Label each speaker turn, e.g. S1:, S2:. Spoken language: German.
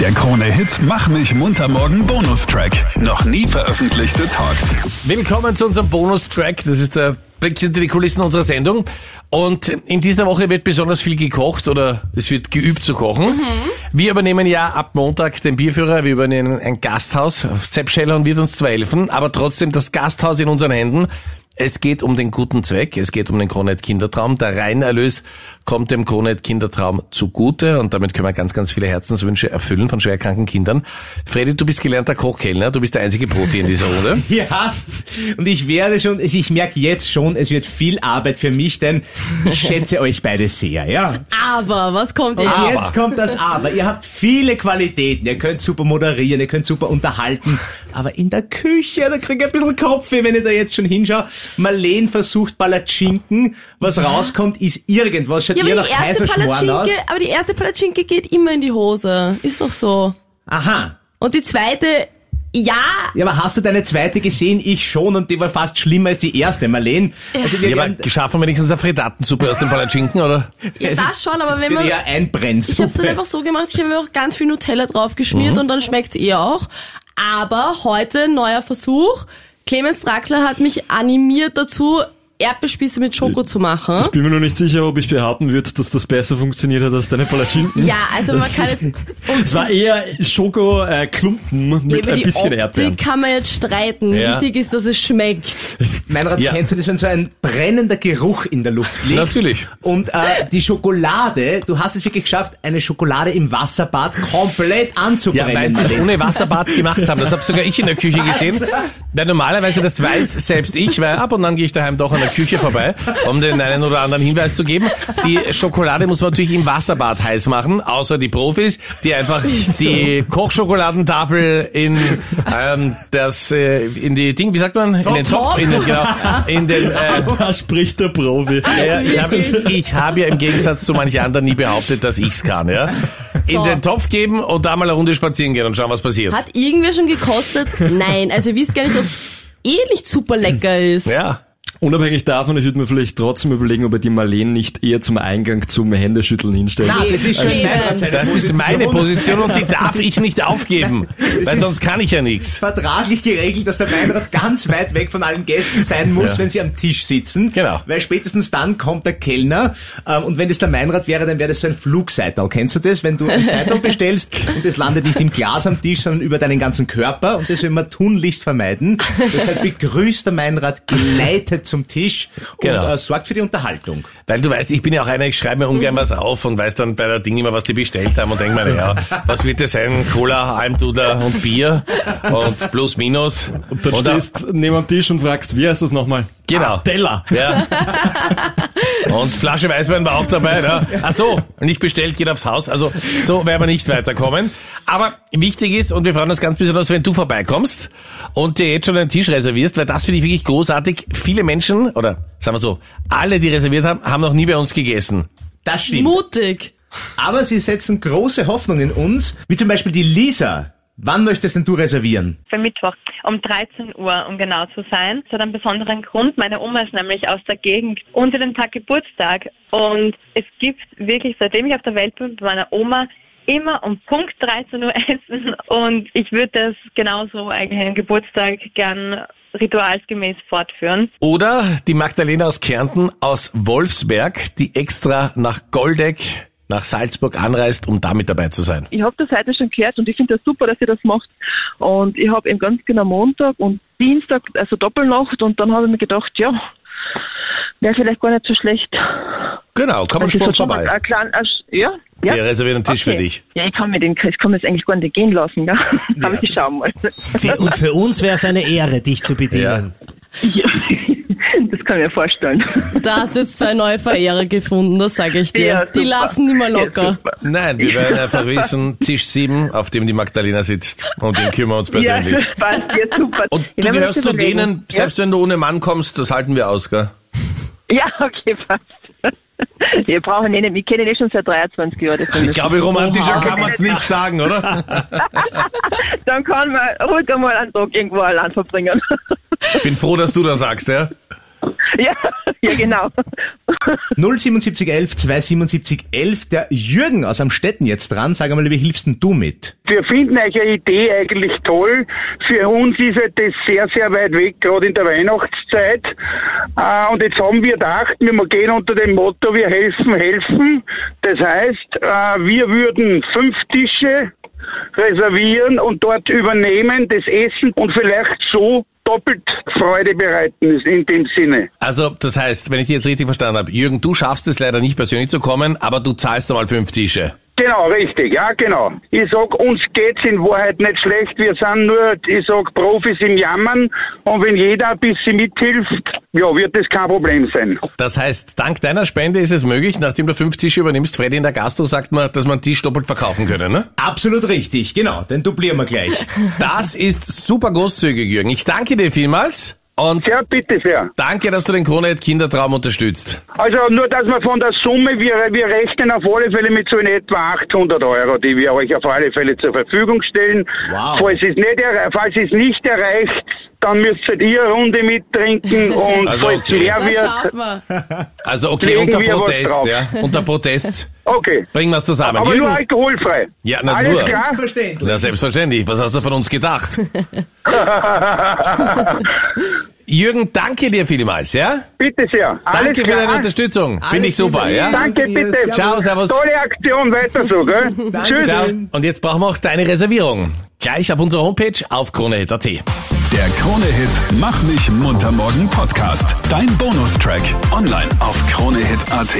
S1: Der Krone-Hit Mach mich munter morgen Bonustrack. Noch nie veröffentlichte Talks.
S2: Willkommen zu unserem Bonustrack. Das ist der Blick hinter die Kulissen unserer Sendung. Und in dieser Woche wird besonders viel gekocht oder es wird geübt zu kochen. Wir übernehmen ja ab Montag den Bierführer, wir übernehmen ein Gasthaus. Sepp Schellhorn wird uns zwar helfen, aber trotzdem das Gasthaus in unseren Händen. Es geht um den guten Zweck, es geht um den Kronet Kindertraum. Der Reinerlös kommt dem Kronet Kindertraum zugute und damit können wir ganz, ganz viele Herzenswünsche erfüllen von schwerkranken Kindern. Freddy, du bist gelernter Kochkellner, du bist der einzige Profi in dieser Runde.
S3: Ja, und ich werde schon, also ich merke jetzt schon, es wird viel Arbeit für mich, denn ich schätze euch beide sehr, ja.
S4: Aber was kommt
S3: Und
S4: jetzt?
S3: jetzt kommt das Aber. Ihr habt viele Qualitäten, ihr könnt super moderieren, ihr könnt super unterhalten, aber in der Küche, da krieg ich ein bisschen Kopfweh, wenn ich da jetzt schon hinschaue. Marleen versucht Palatschinken, was rauskommt, ist irgendwas, schaut
S4: Ja,
S3: eher
S4: aber
S3: nach
S4: die, erste
S3: Kaiserschmarrn aus.
S4: Palatschinke, aber die erste Palatschinke geht immer in die Hose. Ist doch so.
S3: Aha.
S4: Und die zweite, ja,
S3: Ja, aber hast du deine zweite gesehen? Ich schon und die war fast schlimmer als die erste, Marleen. Also wir
S2: Ja, aber
S3: werden,
S2: geschaffen wenigstens eine Fredatensuppe aus dem Palatschinken, oder?
S4: ja
S3: es
S4: das
S3: ist-
S4: schon, aber
S3: es
S4: wenn
S3: wird
S4: man...
S3: eher einbrennst.
S4: Ich habe es dann einfach so gemacht, ich habe mir auch ganz viel Nutella draufgeschmiert und dann schmeckt's eh auch. Aber heute neuer Versuch. Clemens Draxler hat mich animiert dazu, Erdbeerspieße mit Schoko zu machen.
S5: Ich bin mir noch nicht sicher, ob ich behaupten würde, dass das besser funktioniert hat als deine Palatschinken.
S4: Ja, also man kann jetzt
S5: Es war eher Schoko-Klumpen mit
S4: über
S5: ein
S4: die
S5: bisschen Erdbeeren.
S4: Optik kann man jetzt streiten.
S2: Ja.
S4: Wichtig ist, dass es schmeckt.
S3: Meinrad,
S2: Ja.
S3: kennst du das, wenn so ein brennender Geruch in der Luft liegt?
S2: Natürlich.
S3: Und äh, die Schokolade, du hast es wirklich geschafft, eine Schokolade im Wasserbad komplett
S2: Ja,
S3: anzubrennen.
S2: weil sie es
S3: Marleen.
S2: ohne Wasserbad gemacht haben. Das habe sogar ich in der Küche gesehen. Weil normalerweise, das weiß selbst ich, weil ab und an gehe ich daheim doch an der Küche vorbei, um den einen oder anderen Hinweis zu geben. Die Schokolade muss man natürlich im Wasserbad heiß machen, außer die Profis, die einfach die Kochschokoladentafel in ähm, das äh, in die Ding, wie sagt man? In den Topf, in den, genau, in den äh,
S5: Da spricht der Profi.
S2: Ja, ich habe ich hab ja im Gegensatz zu manch anderen nie behauptet, dass ich's kann. Ja? In
S4: So.
S2: den Topf geben und da mal eine Runde spazieren gehen und schauen, was passiert.
S4: Hat irgendwer schon gekostet? Nein, also ihr wisst gar nicht, ob es eh nicht super lecker ist.
S2: ja.
S5: Unabhängig davon, ich würde mir vielleicht trotzdem überlegen, ob er die Marleen nicht eher zum Eingang zum Händeschütteln hinstellt.
S3: Na, das ist schon
S4: Clemens.
S3: Meinrad seine
S2: Das ist
S3: Position.
S2: meine Position und die darf ich nicht aufgeben, weil
S3: ist-
S2: sonst kann ich ja nichts.
S3: Vertraglich geregelt, dass der Meinrad ganz weit weg von allen Gästen sein muss,
S2: Ja.
S3: wenn sie am Tisch sitzen.
S2: Genau.
S3: Weil spätestens dann kommt der Kellner. Ähm, und wenn es der Meinrad wäre, dann wäre das so ein Flugseital. Kennst du das? Wenn du ein Seital bestellst und es landet nicht im Glas am Tisch, sondern über deinen ganzen Körper. Und das will man tunlichst vermeiden. Deshalb begrüßt der Meinrad geleitet zum Tisch
S2: Genau.
S3: und äh, sorgt für die Unterhaltung.
S2: Weil du weißt, ich bin ja auch einer, ich schreibe mir ungern was auf und weiß dann bei der Ding immer, was die bestellt haben und denke mir, na ja, was wird das sein? Cola, Almduder und Bier und plus minus.
S5: Und dann
S2: Oder-
S5: stehst neben am Tisch und fragst, wie heißt das nochmal?
S2: Genau. Teller. Ja. Und Flasche Weißwein war auch dabei. Ne? Ach so, nicht bestellt, geht aufs Haus. Also so werden wir nicht weiterkommen. Aber wichtig ist, und wir freuen uns ganz besonders, wenn du vorbeikommst und dir jetzt schon einen Tisch reservierst, weil das finde ich wirklich großartig. Viele Menschen, oder sagen wir so, alle, die reserviert haben, haben noch nie bei uns gegessen.
S3: Das stimmt.
S4: Mutig.
S3: Aber sie setzen große Hoffnungen in uns, wie zum Beispiel die Lisa. Wann möchtest denn du reservieren?
S6: für Mittwoch um 13 Uhr, um genau zu sein. Das hat einen besonderen Grund. Meine Oma ist nämlich aus der Gegend und sie hat den Tag Geburtstag. Und es gibt wirklich, seitdem ich auf der Welt bin, bei meiner Oma immer um Punkt 13 Uhr essen. Und ich würde das genauso eigentlich einen Geburtstag gern ritualsgemäß fortführen.
S2: Oder die Magdalena aus Kärnten, aus Wolfsberg, die extra nach Goldeck, nach Salzburg anreist, um da mit dabei zu sein.
S7: ich habe das heute schon gehört und ich finde das super, dass ihr das macht. Und ich habe eben ganz genau Montag und Dienstag, also Doppelnacht, und dann habe ich mir gedacht, ja, wäre vielleicht gar nicht so schlecht.
S2: Genau, komm und
S7: Also
S2: spontan
S7: ich sag schon mal,
S2: vorbei.
S7: ein klein- ein sch- ja, ja.
S2: Wir reservieren einen Tisch für dich.
S7: Ja, ich kann mir den, ich kann mir das eigentlich gar nicht gehen lassen, gell? Aber ich schau mal.
S8: Für, und für uns wäre es eine Ehre, dich zu bedienen.
S7: Ja. Das kann ich mir vorstellen.
S4: Da hast jetzt zwei neue Verehrer gefunden, das sage ich dir.
S7: Ja,
S4: die
S7: super.
S4: lassen nicht mehr
S7: Ja,
S4: locker.
S7: super.
S2: Nein, wir werden einfach wissen, Tisch 7, auf dem die Magdalena sitzt. Und den kümmern wir uns
S7: Ja,
S2: persönlich.
S7: das passt. Ja, super.
S2: Und du
S7: Ich werd mir das
S2: gehörst zu
S7: überlegen.
S2: denen, selbst wenn du ohne Mann kommst, das halten wir aus, gell?
S7: Ja, okay, passt. Wir brauchen eh nicht, ich kenne ihn eh schon seit 23 Jahren. deswegen-
S2: Ich glaube, romantischer kann man es nicht sagen, oder?
S7: Dann kann man ruhig einmal einen Tag irgendwo allein verbringen.
S2: Ich bin froh, dass du das sagst, ja?
S7: Ja, ja genau.
S3: 07711 27711, der Jürgen aus Amstetten jetzt dran. Sag einmal, wie hilfst denn du mit?
S9: Wir finden eure Idee eigentlich toll. Für uns ist halt das sehr, sehr weit weg, gerade in der Weihnachtszeit. Äh, Und jetzt haben wir gedacht, wir gehen unter dem Motto, wir helfen, helfen. Das heißt, äh, wir würden fünf Tische reservieren und dort übernehmen, das Essen und vielleicht so doppelt Freude bereiten in dem Sinne.
S2: Also, das heißt, wenn ich dich jetzt richtig verstanden habe, Jürgen, du schaffst es leider nicht persönlich zu kommen, aber du zahlst einmal fünf Tische.
S9: Genau, richtig, ja genau. Ich sag, uns geht's in Wahrheit nicht schlecht, wir sind nur, ich sag, Profis im Jammern und wenn jeder ein bisschen mithilft, ja, wird das kein Problem sein.
S2: Das heißt, dank deiner Spende ist es möglich, nachdem du fünf Tische übernimmst, Freddy in der Gastro sagt man, dass man einen Tisch doppelt verkaufen können, ne?
S3: Absolut richtig, genau, den duplieren wir gleich.
S2: Das ist super großzügig, Jürgen. Ich danke dir vielmals und
S9: Ja, bitte sehr.
S2: danke, dass du den Kronet Kindertraum unterstützt.
S9: Also nur, dass wir von der Summe, wir, wir rechnen auf alle Fälle mit so in etwa 800 Euro, die wir euch auf alle Fälle zur Verfügung stellen.
S3: Wow.
S9: Falls es nicht, erre- falls es nicht erreicht, dann müsstet ihr eine Runde mittrinken und
S2: Also,
S9: falls
S2: okay.
S9: mehr
S4: Das
S9: wird,
S4: schaffen wir.
S2: Also okay,
S9: Legen
S2: unter
S9: wir was
S2: Protest,
S9: drauf.
S2: ja. Unter Protest
S9: okay.
S2: bringen wir es zusammen.
S9: Aber nur
S2: Jürgen,
S9: alkoholfrei.
S2: Ja, na,
S9: Alles
S2: nur.
S9: klar?
S3: Verständlich.
S2: na selbstverständlich, was hast du von uns gedacht? Jürgen, danke dir vielmals, ja?
S9: Bitte sehr. Alles
S2: danke für deine
S9: klar.
S2: Unterstützung. Finde ich
S3: Alles
S2: super,
S3: Liebe,
S2: ja?
S9: Danke, bitte.
S3: Servus.
S2: Ciao, servus.
S9: Tolle Aktion, weiter so, gell? Tschüss.
S2: Ciao.
S3: Dankeschön.
S2: Und jetzt brauchen wir auch deine Reservierung. Gleich auf unserer Homepage auf krone.at.
S1: Der Krone-Hit Mach mich munter morgen Podcast. Dein Bonustrack. Online auf kronehit.at.